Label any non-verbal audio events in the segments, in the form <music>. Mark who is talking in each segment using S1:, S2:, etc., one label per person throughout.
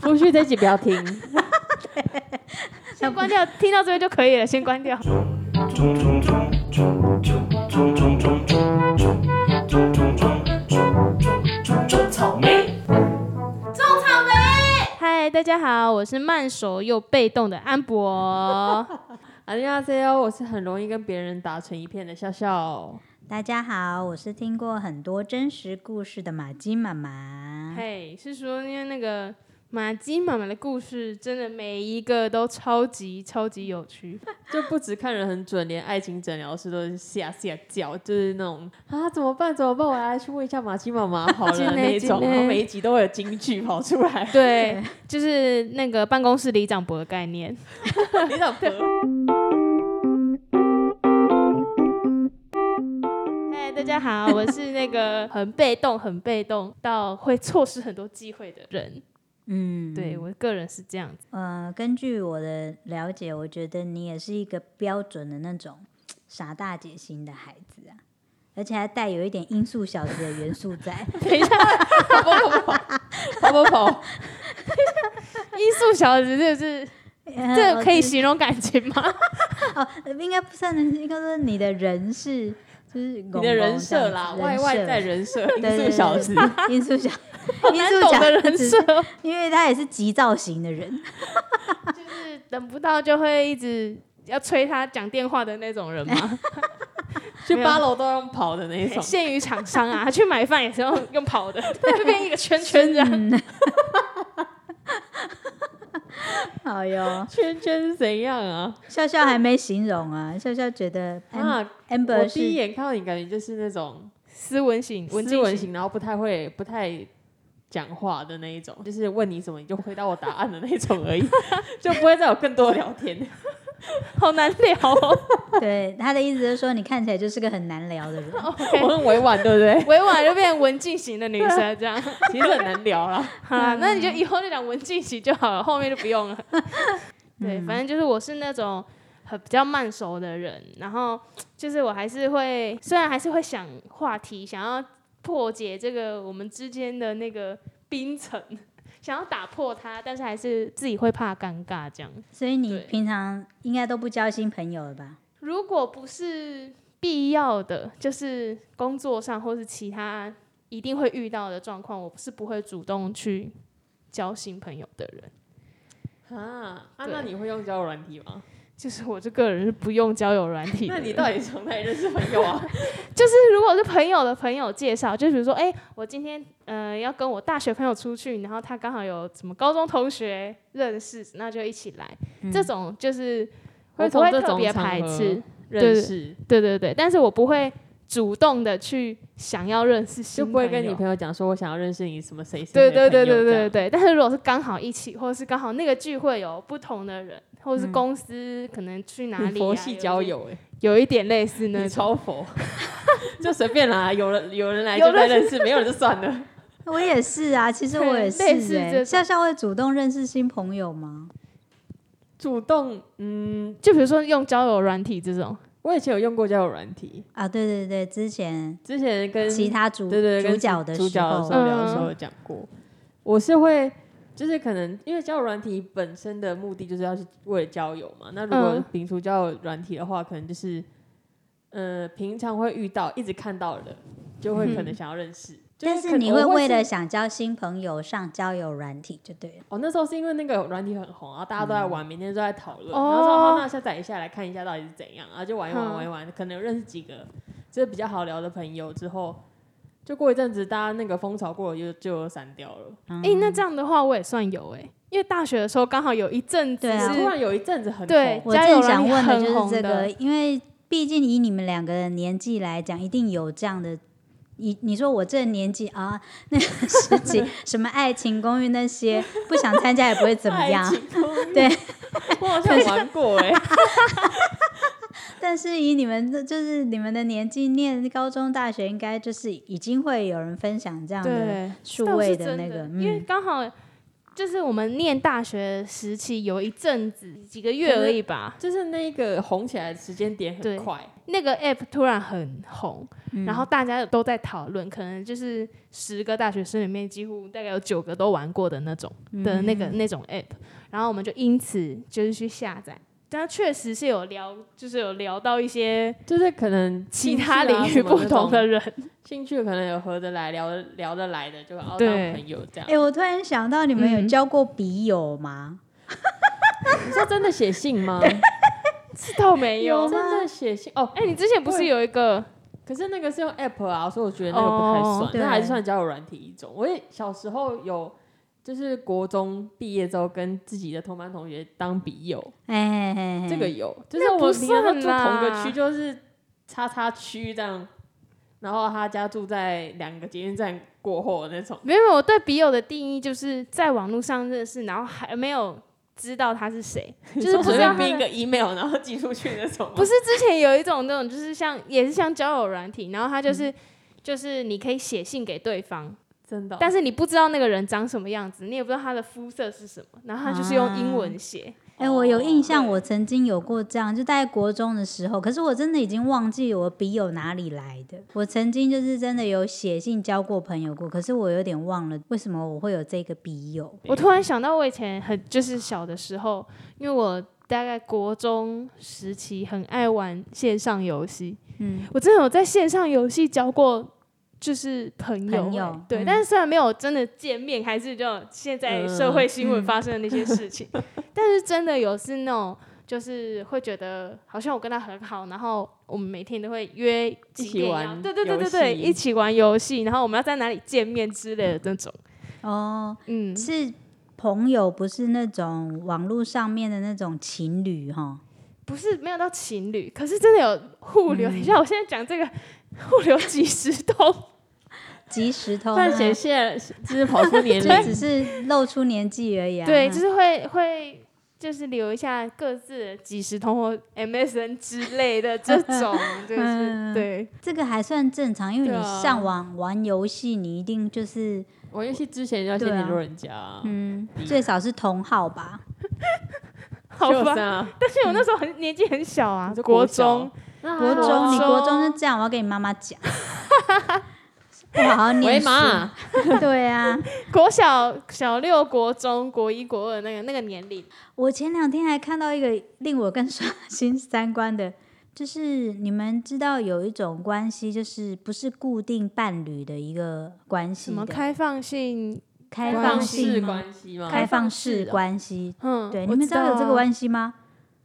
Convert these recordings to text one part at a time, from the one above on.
S1: 夫婿这集不要听，
S2: 先关掉，听到这边就可以了，先关掉。嗨，大家好，我是慢熟又被动的安博。
S1: 안녕하세요，我是很容易跟别人打成一片的笑笑。
S3: 大家好，我是听过很多真实故事的马姬妈妈。
S2: 嘿，是说因为那个马姬妈妈的故事，真的每一个都超级超级有趣。
S1: 就不只看人很准，连爱情诊疗师都是吓吓叫，就是那种啊怎么办怎么办，我来去问一下马姬妈妈好
S2: 真
S1: 了
S2: 的
S1: 那一种，
S2: 真的。
S1: 然后每一集都会有金句跑出来
S2: 对，就是那个办公室里长伯的概念。
S1: 你怎么？
S2: 嗨，大家好，我是那个很被动、很被动到会错失很多机会的人。
S3: 嗯，
S2: 对，我个人是这样子，
S3: 呃，根据我的了解，我觉得你也是一个标准的那种傻大姐型的孩子啊，而且还带有一点音速小子的元素在。
S1: 跑跑跑跑跑跑！
S2: 艺术小子这是
S3: 呃
S2: 这可以
S3: 我是
S2: 形容感情吗？
S3: 哦，应该不算，应该说你的人是就是你
S1: 你的人设啦，外外在人设，因素小子。
S3: 音速小，音
S2: <laughs> 难
S3: 速
S2: 懂
S3: 小
S2: 的人
S3: 子
S2: 设，
S3: 因为他也是急躁型的人。
S2: 就是等不到就会一直要催他讲电话的那种人吗？
S1: 去八楼都要用跑的那一种。
S2: 限于厂商啊，他去买饭也是用用跑的，会变一个圈圈这样。
S3: 哎呦，
S1: 圈圈是怎样啊？
S3: 笑笑还没形容啊，笑笑觉得 Am-
S1: 啊，我
S3: Amber
S1: 第一
S3: 是
S1: 眼看到你，感觉就是那种
S2: 斯文型，文
S1: 斯
S2: 静
S1: 文型，然后不太会、不太讲话的那一种，就是问你什么你就回答我答案的那种 <laughs> 而已，就不会再有更多的聊天。
S2: 好难聊哦。 <laughs>
S3: 对他的意思是说，你看起来就是个很难聊的
S1: <laughs>
S3: 人。
S1: 我
S2: OK，
S1: 很委婉，对不对？
S2: 委婉就变文静型的女生这样。
S1: <laughs> 其实很难聊啦。
S2: <laughs> 好啦，那你就以后就讲文静型就好了，后面就不用了。对，反正就是我是那种很比较慢熟的人，然后就是我还是会，虽然还是会想话题，想要破解这个我们之间的那个冰层，想要打破它，但是还是自己会怕尴尬这样。
S3: 所以你
S2: 对
S3: 平常应该都不交新朋友了吧？
S2: 如果不是必要的，就是工作上或是其他一定会遇到的状况，我是不会主动去交新朋友的人。
S1: <laughs> 啊，啊
S2: 对
S1: 那你会用交友软体吗？
S2: 就是我这个人是不用交友软体
S1: 那
S2: 的人。
S1: 你到底从哪里认识朋友啊？
S2: 就是如果是朋友的朋友介绍，就比如说，哎、我今天呃要跟我大学朋友出去，然后他刚好有什么高中同学认识，那就一起来。这种就是
S1: <laughs> 嗯会
S2: 我不
S1: 从
S2: 会
S1: 这
S2: 特
S1: 种
S2: 别
S1: 场
S2: 排
S1: 合
S2: 斥，
S1: 认识，
S2: 对对对，但是我不会主动的去想要认识新
S1: 就
S2: 朋友，
S1: 不会跟你朋友讲说我想要认识你什么谁谁
S2: 对
S1: 谁
S2: 对
S1: 的
S2: 对
S1: 朋
S2: 对
S1: 友这
S2: 对
S1: 样
S2: 对，但是如果是刚好一起，或者是刚好那个聚会有不同的人，或者是
S3: 嗯
S2: 公司可能去哪里、啊，
S1: 你嗯佛系
S2: 有一
S1: 交
S2: 些，
S1: 友哎。
S2: 有一点类似那
S1: 你
S2: 种。
S1: 超佛， <laughs> 就随便啦，有人有人来
S2: 有
S1: 就再
S2: 人
S1: 认识，没有人就算了。
S3: 我也是啊，其实我也是、
S2: 对类似这
S3: 欸。
S2: 种
S3: 笑笑会主动认识新朋友吗？
S1: <laughs> 主动，嗯，
S2: 就比如说用交友软体这种，
S1: 我以前有用过交友软体，
S3: 啊，对对对，之前
S1: 之前跟
S3: 其他主
S1: 对对对
S3: 主角的
S1: 主
S3: 时
S1: 角的时
S3: 候，
S1: 候聊的时候有讲过，我是会。就是可能因为交友软体本身的目的就是要去为了交友嘛，那如果
S2: 嗯
S1: 摒除交友软体的话，可能就是，呃，平常会遇到一直看到的，就会可能
S2: 嗯
S1: 想要认识。就
S3: 但
S1: 是
S3: 是
S1: 可
S3: 你
S1: 我
S3: 会为
S1: 是
S3: 了想交新朋友上交友软体就对了。
S1: 哦，那时候是因为那个软体很红，然后大家都在玩，每天都在讨论，
S2: 嗯哦
S1: 然后说哦那下载一下来看一下到底是怎样，然后就玩一玩
S2: 嗯
S1: 玩一玩，可能有认识几个就是比较好聊的朋友之后，就过一阵子大家那个风潮过了就就散掉了。
S3: 嗯
S2: 诶，那这样的话我也算有诶，因为大学的时候刚好有一阵子
S3: 对啊
S2: 是
S1: 突然有一阵子很
S2: 对
S1: 红
S3: 我
S2: 交友
S3: 正
S2: 软
S3: 想
S2: 体
S3: 问的
S2: 很
S3: 就是
S2: 红
S3: 这个，
S2: 的
S3: 因为毕竟以你们两个的年纪来讲，一定有这样的。你你说我这年纪啊，那个时
S2: <laughs>
S3: 期什么爱情公寓那些，不想参加也不会怎么样
S1: 爱。情公
S2: <laughs>
S1: 寓
S3: 对，
S1: <laughs> 我好像玩过哎、
S3: 但是以你们这就是你们的年纪，念高中、大学，应该就是已经会有人分享这样的
S2: 对
S3: 数
S2: 倒是
S3: 位
S2: 真
S3: 那
S2: 的
S3: 个，
S2: 因为
S3: 嗯，
S2: 刚好就是我们念大学时期有一阵子几个月而已吧，
S1: 就是那个红起来的时间点
S2: 对
S1: 很快，
S3: 嗯
S2: 那个 app 突然很红，然后大家都在讨论，可能就是十个大学生里面几乎大概有九个都玩过的那种
S3: 嗯
S2: 的那个那种 app，然后我们就因此就是去下载，但确实是有聊，就是有聊到一些
S1: 就是可能
S2: 其
S1: 兴趣
S2: 他
S1: 啊
S2: 领
S1: 什
S2: 域
S1: 么
S2: 不
S1: 那
S2: 同
S1: 种
S2: 的人，
S1: 兴趣可能有合得来、聊得聊得来的，就好当
S2: 对
S1: 朋友这
S2: <laughs>
S1: 样
S3: 哎、。我突然想到，你们有
S2: 嗯
S3: 交过笔友吗？
S1: 你说真的写信
S2: <laughs>
S1: 吗？
S2: 知道哦没有？
S1: 真的写信哦，
S2: 哎、你之前不是有一个
S1: 可是那个是用 app 啊，所以我觉得那个不太算，
S2: 哦
S1: 那还是
S3: 对
S1: 算交友软体一种。我也小时候有，就是国中毕业之后跟自己的同班同学当笔友，
S3: 哎、嘿嘿嘿
S1: 这个有，就是
S2: 嗯那
S1: 我
S2: 不
S1: 们平常都
S2: 算
S1: 住同个
S2: 啦
S1: 区，就是叉叉区这样。然后他家住在两个捷运站过后的那种，
S2: 没有，没有我对笔友的定义就是在网络上认识，然后还没有知道他是 <laughs> 谁， <laughs> 就是不
S1: <laughs> 随
S2: 知
S1: 便
S2: 道他
S1: 编一
S2: 的
S1: 个 email 然后寄出去那种吗。
S2: 不是之前有一种那种，就是像也是像交友软体，然后他就是、就是你可以写信给对方，
S1: <laughs> 真的哦，
S2: 但是你不知道那个人长什么样子，你也不知道他的肤色是什么，然后他就是用英文写。
S3: 哎、我有印象，
S1: 对
S3: 我曾经有过这样，就在国中的时候，可是我真的已经忘记我笔友哪里来的。我曾经就是真的有写信交过朋友过，可是我有点忘了为什么我会有这个笔友。
S2: 我突然想到，我以前很就是小的时候，因为我大概国中时期很爱玩线上游戏，
S3: 嗯，
S2: 我真的有在线上游戏交过。就是朋友欸，
S3: 朋友
S2: 对，
S3: 嗯
S2: 但是虽然没有真的见面，还是就现在社会新闻发生的那些事情，但是真的有是那种，就是会觉得好像我跟他很好，然后我们每天都会约几点要
S1: 一起玩
S2: 对对对对
S1: 游
S2: 对，
S1: 戏
S2: 一起玩游戏，然后我们要在哪里见面之类的那种，
S3: 哦，
S2: 嗯，
S3: 是朋友，不是那种网络上面的那种情侣哈。
S2: 不是没有到情侣，可是真的有互流。等一下，我现在讲这个 <laughs> 互流几十通，
S3: 即时通、啊
S1: 但，显现就是跑出
S2: <laughs>
S1: 年
S3: 这
S1: 龄，
S3: 只是露出年纪而已啊。
S2: 对，就是会会就是留一下各自的即时通或 MSN 之类的这种，就是对
S3: 这个还算正常，因为
S1: 对
S3: 你
S1: 啊
S3: 上网玩游戏，你一定就是
S1: 我游戏之前要先
S3: 对啊
S1: 联络人家，
S3: 嗯，最少是同号吧。
S2: 好
S1: 就是
S2: 吧。
S1: 啊，
S2: 但是我那时候很年纪很小啊
S1: 你，说
S2: 国
S1: 国
S2: 中
S1: 小，
S3: 啊国中，你
S2: 国
S3: 国中
S2: 中
S3: 是这样，我要跟你妈妈讲，不好好
S1: 喂
S3: 念书。
S1: 妈，
S3: <laughs> 对啊，
S2: 国小小六、国中、国一、国二那个那个年龄，
S3: 我前两天还看到一个令我更刷新三观的，就是你们知道有一种关系，就是不是固定伴侣的一个关系
S2: 什么
S3: 的
S2: 开放性，
S3: 开
S2: 开
S3: 放
S2: 放
S1: 式
S3: 性吗
S1: 关系吗？
S3: 开放
S2: 开放
S3: 式
S2: 式哦
S3: 关系。
S2: 嗯，
S3: 对，
S2: 我
S3: 你们知道有这个
S2: 啊
S3: 关系吗？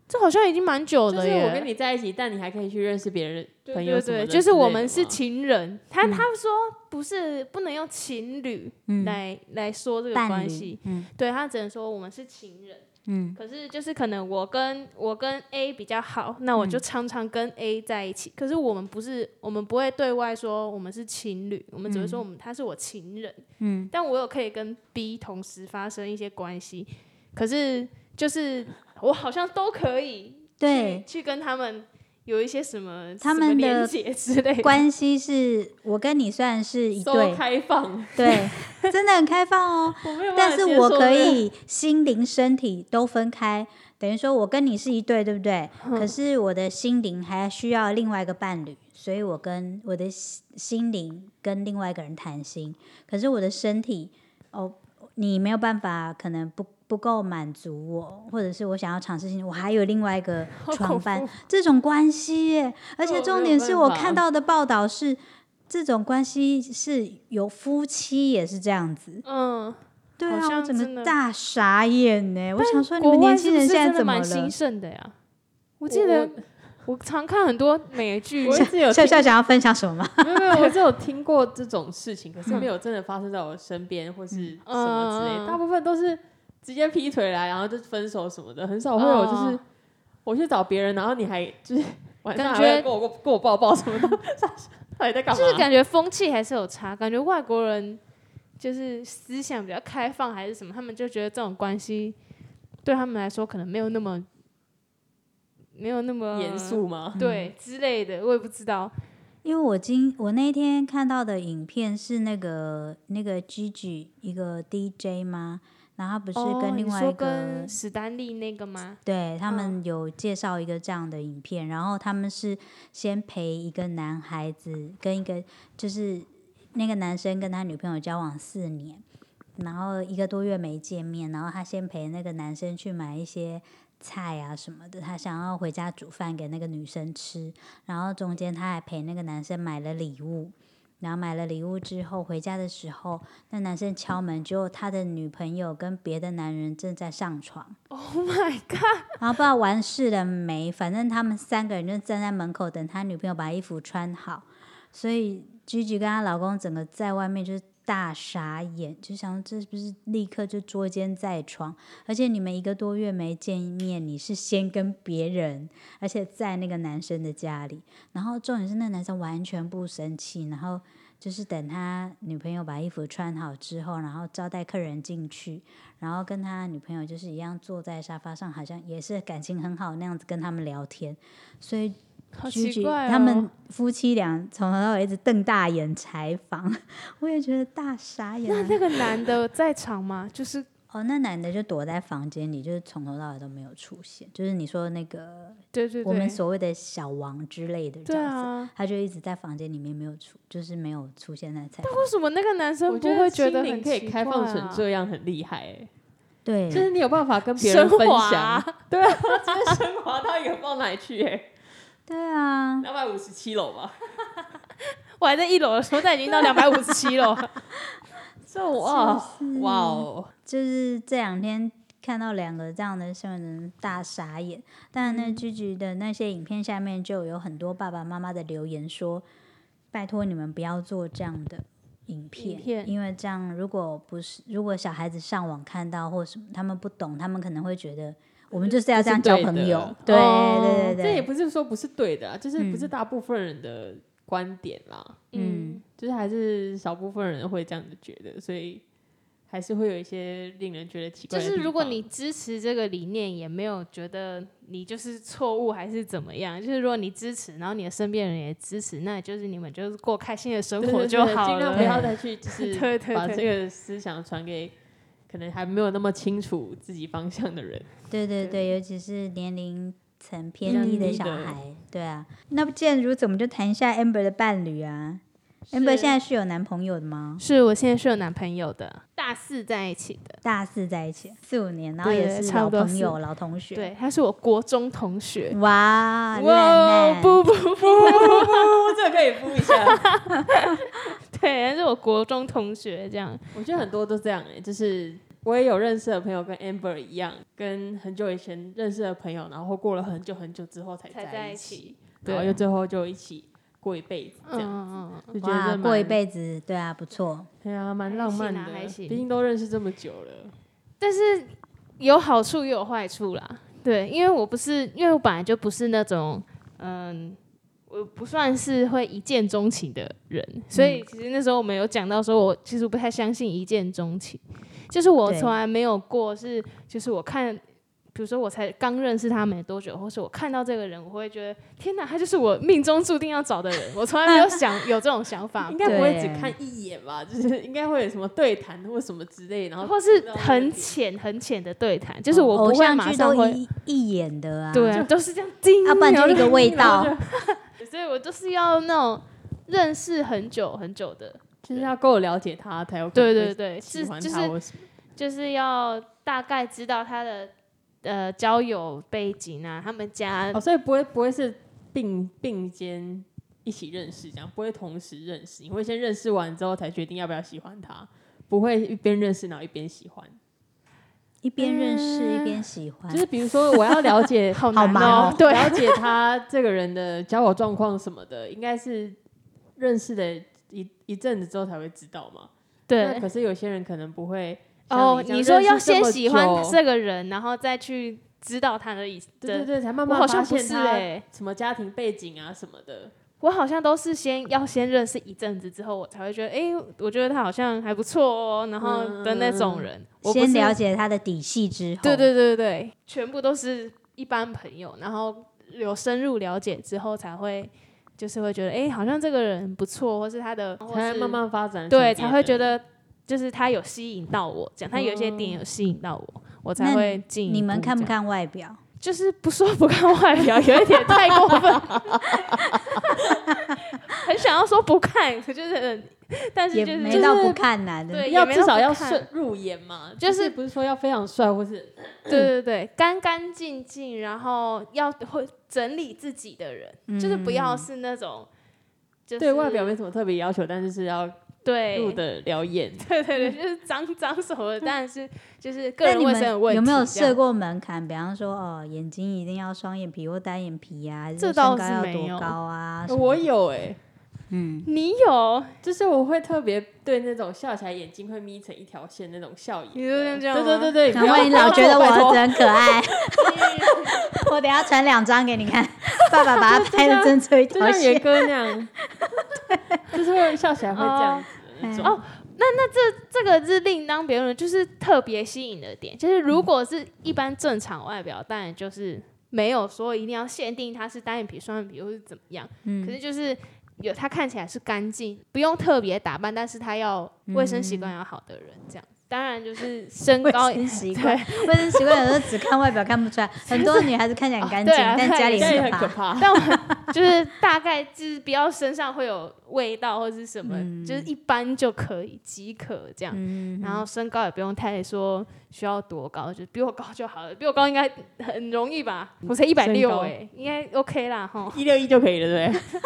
S2: 这好像已经蛮久
S1: 就
S2: 了
S1: 是
S2: 耶。
S1: 我跟你在一起，但你还可以去认识别人
S2: 对
S1: 朋友
S2: 对
S1: 什么
S2: 对，
S1: 的
S2: 就是
S1: 之类
S2: 我
S1: 的嗯
S2: 们是
S1: 吗 <laughs>
S2: 情人，他他说不是不能用情侣
S3: 嗯，
S2: 来、来说这个
S3: 伴
S2: 关
S3: 侣
S2: 系，，
S3: 嗯
S2: 对他只能说我们是情人。
S3: 嗯，
S2: 可是就是可能我跟我跟 A 比较好，那我就
S3: 嗯
S2: 常常跟 A 在一起。可是我们不是，我们不会对外说我们是情侣，我们只会
S3: 嗯
S2: 说我们他是我情人。嗯，但我有可以跟 B 同时发生一些关系，可是就是我好像都可以，
S3: 对，
S2: 去去跟他们有一些什么
S3: 他们的
S2: 什么连结之类的。
S3: 关系是我跟你虽然是一
S1: 都
S3: 对，
S1: 开放，
S3: 对，真的很开放哦。
S1: 我没有办
S3: 但
S1: 法
S3: 是
S1: 接
S3: 我
S1: 受
S3: 可
S1: 这个
S3: 以心灵、身体都分开，等于说我跟你是一对，对不对？可
S1: 嗯
S3: 是我的心灵还需要另外一个伴侣，所以我跟我的心心灵跟另外一个人谈心。可是我的身体，哦，你没有办法，可能不不够满足我，或者是我想要尝试性，我还有另外一
S1: <laughs>
S3: 个
S2: 好
S3: 床
S2: 恐
S3: 伴
S2: 怖，
S3: <laughs> 这种关系耶。而
S1: 这
S3: 且
S1: 我
S3: 重
S1: 哦没有
S3: 点是我
S1: 办法
S3: 看到的报道是。这种关系是有夫妻也是这样子，
S2: 嗯，
S3: 对
S2: 好
S3: 啊，我
S2: 像
S3: 整
S2: 真
S3: 个
S2: 的
S3: 大傻眼呢！我想说，你
S2: 国
S3: 们
S2: 外
S3: 年
S2: 是
S3: 轻
S2: 不
S3: 人
S2: 是真
S3: 现在
S2: 的
S3: 怎么
S2: 蛮
S3: 了
S2: 兴？盛的呀？我记得我常看很多美剧，
S1: <laughs> 我一直有
S3: 笑
S1: 听
S3: 笑想要分享什么吗？
S1: <laughs> 没有没有，我只有听过这种事情，可是没有真的发生在我身边或是什么之类
S2: 嗯
S1: 的。大部分都是直接劈腿来，然后就分手什么的，很少会有就是
S2: 哦
S1: 我去找别人，然后你还就是 <laughs> 晚上
S2: 感
S1: 还
S2: 觉
S1: 会跟我跟我抱抱什么的， <laughs> 到底在干嘛？
S2: 就是感觉风气还是有差，感觉外国人就是思想比较开放还是什么，他们就觉得这种关系对他们来说可能没有那么没有那么
S1: 严，肃吗？
S3: 嗯
S2: 对之类的，我也不知道。
S3: <laughs> 因为我今我那天看到的影片是那个那个 Gigi 一个 DJ 吗？然后不
S2: 哦
S3: 是跟另
S2: 你
S3: 外
S2: 说
S3: 一个
S2: 跟史丹利那个吗？
S3: 对他们有介绍一个这样的影片，然后他们是先陪一个男孩子跟一个就是那个男生跟他女朋友交往四年，然后一个多月没见面，然后他先陪那个男生去买一些菜啊什么的，他想要回家煮饭给那个女生吃，然后中间他还陪那个男生买了礼物。然后买了礼物之后，回家的时候，那男生敲门，结果他的女朋友跟别的男人正在上床。
S2: Oh my god！
S3: 然后不知道完事了没，反正他们三个人就站在门口等他女朋友把衣服穿好，所以菊菊跟她老公整个在外面就是大傻眼，就想说这是不是立刻就捉奸在床？而且你们一个多月没见面，你是先跟别人，而且在那个男生的家里，然后重点是那个男生完全不生气，然后。就是等他女朋友把衣服穿好之后，然后招待客人进去，然后跟他女朋友就是一样坐在沙发上，好像也是感情很好那样子跟他们聊天，所以
S2: 好
S3: 居
S2: 奇
S3: 居
S2: 怪、哦，
S3: 他们夫妻俩从头到尾一直瞪大眼采访， <laughs> 我也觉得大傻眼
S2: 那
S3: 啊、
S2: 那个男的在场吗？就是
S3: 哦，那男的就躲在房间里，就是从头到尾都没有出现，就是你说那个
S2: 对对对，
S3: 我们所谓的小王之类的
S2: 对
S3: 角色，
S2: 啊。
S3: 他就一直在房间里面没有出，就是没有出现在采访。
S2: 为什么那个男
S1: 我
S2: 生不
S1: 觉
S2: 会
S1: 心
S2: 觉得
S1: 灵
S2: 很
S1: 可以
S2: 奇怪
S1: 开放成
S2: 啊？
S1: 这样，很厉害欸
S3: 对，
S1: 就是你有办法跟别人
S2: 升
S1: 分
S2: 华
S1: 享，
S2: 嗯啊，
S1: <laughs> 对啊，这个升华到有到哪里 <laughs> 去、欸？
S3: 对啊，
S1: 两百五十七楼吧，
S2: 我还在一楼的时候，但已经到两百五十七 <laughs> 楼了。
S1: 这哇哇哦，
S3: 就是这两天看到两个这样的新闻，真的大傻眼。但那居居的那些影片下面就有很多爸爸妈妈的留言说：“拜托你们不要做这样的影片，
S2: 影片
S3: 因为这样如果不是如果小孩子上网看到或什么，他们不懂，他们可能会觉得我们就是要呃这样交朋友。”
S1: 这
S3: 对哦
S2: 是对的
S3: 对对
S1: 哦这也
S3: 对，
S1: 不是说不是对的、啊，就是不是
S3: 嗯
S1: 大部分人的观点啦。
S3: 嗯
S2: 嗯，
S1: 就是还是少部分人会这样子觉得，所以还是会有一些令人觉得奇怪
S2: 就
S1: 的地方。
S2: 是如果你支持这个理念，也没有觉得你就是错误还是怎么样，就是如果你支持，然后你的身边人也支持，那就是你们就是过开心的生
S1: 对对
S2: 活
S1: 对
S2: 就好
S1: 尽量
S2: 了。
S1: 不要再去就是
S2: <laughs> 对对对
S1: 把这个思想传给可能还没有那么清楚自己方向的人。 <laughs>
S3: 对对对，尤其是年龄层偏低的小
S1: 嗯
S3: 孩，对啊。那不见如此，我们就谈一下 Amber 的伴侣啊。Amber
S2: 是
S3: 现在是有男朋友的吗？
S2: 是我现在是有男朋友的，大四在一起的，
S3: 大四在一起四五年，然后
S2: 对
S3: 也
S2: 对
S3: 是
S2: 差
S3: 老
S2: 不多
S3: 朋
S2: 四
S3: 友、老同学。，
S2: 对，他是我国中同学。哇
S3: 哇，烂烂，
S2: 不不
S1: 哦，这个可以敷一下。
S2: 对，他是我国中同学这样。
S1: 我觉得很多都这样哎、就是我也有认识的朋友跟 Amber 一样，跟很久以前认识的朋友，然后过了很久很久之后才
S2: 才
S1: 在
S2: 在一
S1: 起
S2: 起，
S1: 然后
S2: 对
S1: 又最后就一起过一辈子这样。
S2: 嗯嗯嗯，
S1: 就觉
S3: 哇，
S1: 得
S3: 过一
S1: 蛮
S3: 辈子，对啊，不错。
S1: 对啊，蛮
S2: 还
S1: 浪漫
S2: 行
S1: 的
S2: 啊，还行
S1: 毕竟都认识这么久了。
S2: 但是有好处也有坏处啦。对，因为我不是，因为我本来就不是那种，嗯，我不算是会一见钟情的人，所
S3: 嗯
S2: 以其实那时候我们有讲到说，我其实不太相信一见钟情，就是我
S3: 对
S2: 从来没有过是，就是我看。比如说，我才刚认识他没多久，或是我看到这个人，我会觉得天哪，他就是我命中注定要找的人。我从来没有想有这种想法
S3: <laughs>
S1: 应，该不会只
S3: 对
S1: 看一眼吧， <laughs> 就是应该会有什么对谈或什么之类，然后
S2: 或是很浅很浅的对谈，就是我
S3: 哦偶
S2: 不会
S3: 像
S2: 马
S3: 剧
S2: 上
S3: 都
S2: 会
S3: 一一眼的啊，
S2: 对，啊，都是这样叮，
S3: 要不然就一个味
S1: 然后
S2: <laughs>
S3: 道
S1: 就。
S2: 所以我就是要那种认识很久很久的，
S1: 就是要够了解他才有可能
S2: 对对
S1: 会
S2: 对，
S1: 喜
S2: 是
S1: 欢
S2: 就
S1: 他
S2: 是
S1: 或什么。
S2: 就是要大概知道他的呃交友背景啊，他们家
S1: 哦，所以不会不会是并并肩一起认识这样，不会同时认识，你会先认识完之后才决定要不要喜欢他，不会一边认识然后一边喜欢。
S3: 一边认识一
S2: 嗯
S3: 边喜欢
S1: 就，是比如说我要了解
S2: <laughs> 好
S3: 好
S2: 难
S3: 忙
S2: 哦
S3: 哦，
S2: 对，
S1: <laughs> 了解他这个人的交往状况什么的，应该是认识的一一阵子之后才会知道嘛。那
S2: 对
S1: 可是有些人可能不会像
S2: 哦，
S1: 这样
S2: 你说要
S1: 认识这
S2: 先
S1: 么
S2: 喜欢
S1: 久哦
S2: 这个人，然后再去知道他的意思，
S1: 对对对，才慢
S2: 我
S1: 慢
S2: 好像
S1: 发
S2: 不
S1: 现
S2: 是
S1: 他
S2: 哎，
S1: 什么家庭背景啊什么的。
S2: 我好像都是先要先认识一阵子之后，我才会觉得，哎，我觉得他好像还不错哦，然后的那种人，我不
S3: 先
S2: 是
S3: 了解他的底细之后，
S2: 对对对对对，全部都是一般朋友，然后有深入了解之后才会，就是会觉得，哎、好像这个人不错，或是他的，或
S1: 才
S2: 是
S1: 慢慢发展成别的，
S2: 对，才会觉得就是他有吸引到我，这样他有一些点有吸引到我，我才
S3: 那
S2: 会进一步这样。
S3: 你们看不看外表？
S2: 就是不说不看外表，有一点太过
S3: <laughs>
S2: 分， <laughs> 很想要说不看，就是，但是
S3: 也
S2: 就是
S3: 没到不看呐、对不
S2: 对
S3: 对
S2: 也
S1: 要
S2: 没
S1: 至
S2: 那
S1: 少
S2: 么
S1: 要
S2: 看
S1: 顺入眼嘛，
S2: 就
S1: 就是是 <laughs> 不是说要非常帅，或是
S2: 对对对，干干净净，然后要会整理自己的人，
S3: 嗯
S2: 就是不要是那种，就是
S1: 对外表没什么特别要求，但是是要入
S2: 对，啊
S1: 的了眼。
S2: <laughs> 对对
S3: <laughs>
S2: 对，就是脏脏什么的，当然是就是个
S3: 嗯那
S2: 人
S3: 你
S2: 卫生的问
S3: 们
S2: 题。
S3: 有没有
S2: 这样
S3: 设过门槛？比方说，哦，眼睛一定要双眼皮或单眼皮呀、还是
S2: 这
S3: 身
S2: 倒
S3: 高
S2: 是
S3: 要
S2: 没有
S3: 多高
S2: <laughs>
S3: 啊？什么
S1: 我有哎、
S3: 嗯，
S2: 你有，
S1: 就是我会特别对那种笑起来眼睛会眯成一条线那种笑眼的，
S2: 你就这
S1: 对
S2: 样这样
S1: 对
S2: 吗
S1: 对对，
S3: 难
S1: 不要
S3: 怪你老觉得我
S1: 拜
S3: 儿
S1: 托
S3: 子很可爱。 <laughs> 我等一下传两张给你看， <laughs> 爸爸把他拍的真出一
S1: 就
S3: 条
S1: 像元
S3: 线。
S1: 哥那样，就是会笑起来会这样子的那种。
S2: 哦这个是另当别论，就是特别吸引的点，就是如果是一般正常外表，当然就是没有说一定要限定他是单眼皮、双眼皮或是怎么样，可
S3: 嗯，
S2: 是就是有他看起来是干净，不用特别打扮，但是他要卫生习惯要好的人，这样。当然就是身
S3: 嗯卫
S2: 高，
S3: 生习惯，卫生习惯有时候只看外表看不出来。很多女孩子看起来很干净，
S2: 对啊
S3: 但家里
S1: 这样也
S3: 很
S1: 很
S3: 可
S1: 可
S3: 怕。
S1: 怕。
S2: 但我就是大概就是不要身上会有味道或是什么，就是一般就可以即可这样。
S3: 嗯，
S2: 然后身高也不用太说需要多高，就比我高就好了。比我高应该很容易吧？ <laughs> 我才一百
S1: 身
S2: 六
S1: 高
S2: 哎，应该 OK 啦哈，
S1: 一六一就可以了，对不对？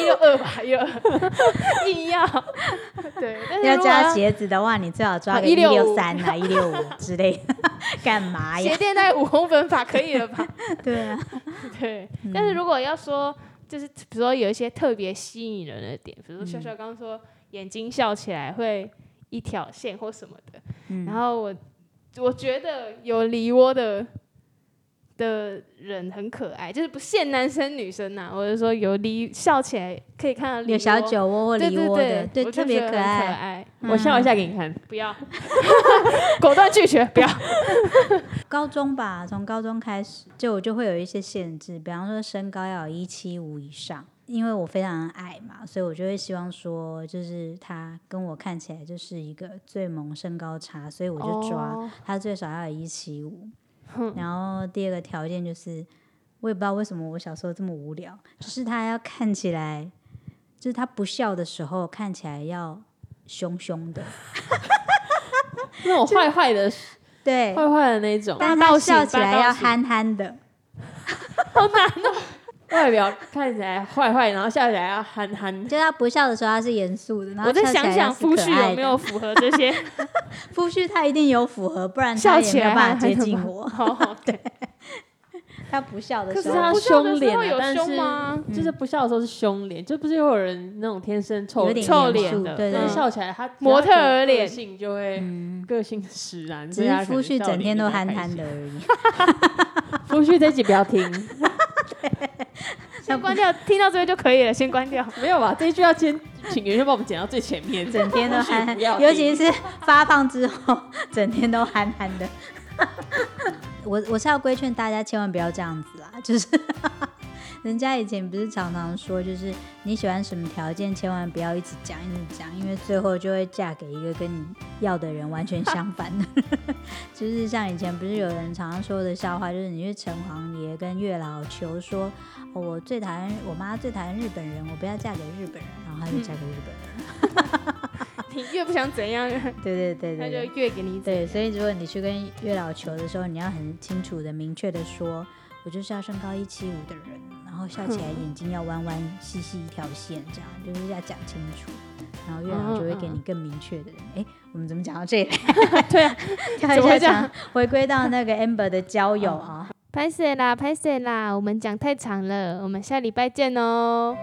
S2: 一六二吧，一六 <laughs> 二，硬要 <laughs> 对，但是
S3: 要
S2: 如果
S3: 加鞋子的话，你最好抓
S2: 啊
S3: 个一
S2: 165
S3: 六三啊、一六五之类的， <laughs> 干嘛
S2: 鞋
S3: 呀？
S2: 垫大概五公分吧，可以了吧？
S3: 对
S2: <laughs>
S3: 啊，
S2: 对，但是如果要说，就是比如说有一些特别吸引人的点，比如
S3: 嗯
S2: 说笑笑刚刚说眼睛笑起来会一条线或什么的，
S3: 嗯
S2: 然后我我觉得有梨窝的的人很可爱，就是不限男生女生呐、我是说有梨笑起来可以看到梨
S3: 有小
S2: 窝，
S3: 酒窝或
S2: 对
S3: 梨
S2: 对
S3: 窝的，
S2: 对，
S3: 对，
S2: 我就
S3: 特
S2: 觉得
S3: 别可
S2: 很可
S3: 爱。
S2: 爱，
S1: 我笑一下给你看。
S2: 不要 <laughs> 果断拒绝，不要。
S3: 高中吧，从高中开始就我就会有一些限制，比方说身高要有一七五以上，因为我非常矮嘛，所以我就会希望说，就是他跟我看起来就是一个最萌身高差，所以我就抓、
S2: 哦
S3: 他最少要有一七五。然后第二个条件就是，我也不知道为什么我小时候这么无聊，就是他要看起来，就是他不笑的时候看起来要凶凶的，
S1: 那种坏坏的、<laughs>
S3: 对，
S1: 坏坏的那种，
S3: 但
S2: 霸道
S3: 他
S2: 型
S3: 笑起
S2: 霸道
S3: 来要
S2: 型
S3: 憨憨的。
S1: 外表看起来坏坏，然后笑起来要憨憨。
S3: 就他不笑的时候，他是严肃的。然后
S2: 我再
S3: 笑起来
S2: 想想
S3: 是
S2: 夫
S3: 可
S2: 婿
S3: 爱
S2: 有没
S3: 的
S2: 有符合这些
S3: 夫婿，他一定有符合，不然他
S2: 笑
S3: 也
S2: 起
S3: 没
S2: 来
S3: 有办
S2: 还
S3: 法接近我。
S2: 好好对，
S3: 他不笑的
S1: 可
S3: 时
S1: 是
S3: 候，
S1: 他
S2: 不笑的
S1: 凶
S2: 时
S1: 脸
S2: 候
S1: 啊
S2: 有
S1: 但
S2: 凶
S1: 是
S2: 吗
S3: 嗯
S1: 就是不笑的时候是凶脸，就不是有人那种天生臭
S3: 有点
S2: 臭
S3: 严
S2: 脸
S3: 肃
S2: 的
S3: 对
S1: 但
S3: 对
S1: 是
S3: 对。
S1: 笑起来他
S2: 模特儿脸
S1: 个性就会个性使然，
S3: 只
S1: 所以
S3: 是
S1: 他可
S3: 夫婿
S1: 能笑
S3: 整
S1: 脸
S3: 天
S1: 就
S3: 都
S1: 比较
S3: 憨
S1: 开
S3: 憨
S1: 心
S3: 的。而已。
S1: <laughs> 夫婿这集不要听， <laughs>
S2: 先关掉，听到这边就可以了，先关掉。
S1: 没有吧？这一句要先请袁轩帮我们剪到最前面，
S3: 整天都
S1: 夫
S3: 憨
S1: 婿 <laughs>
S3: 憨
S1: 不要，听
S3: 尤其是发胖之后，整天都憨憨的。 <laughs> 我我是要规劝大家，千万不要这样子啦， <laughs> 就是。人家以前不是常常说，就是你喜欢什么条件，千万不要一直讲一直讲，因为最后就会嫁给一个跟你要的人完全相反的 <laughs> 人。就是像以前不是有人常常说的笑话，就是你去城隍爷跟月老求说，哦我最讨厌我妈最讨厌日本人，我不要嫁给日本人，然后
S1: 嗯
S3: 她就嫁给日本人。
S2: 你越不想怎样，
S3: 对对对
S2: 他
S3: 对
S2: 就
S3: 对。
S2: 越给你怎样。
S3: 对，所以如果你去跟月老求的时候，你要很清楚的、明确的说，我就是要身高一七五的人，然后笑起来眼睛要弯弯、细细一条线，这样就是要讲清楚，然后月老就会给你更明确的人。哎、我们怎么讲到这里？
S2: 对啊，
S3: 跳
S2: 怎么
S3: 一下
S2: 会这样
S3: 讲，回归到那个 Amber 的交友啊。
S2: 拍摄啦，拍摄啦，我们讲太长了，我们下礼拜见哦。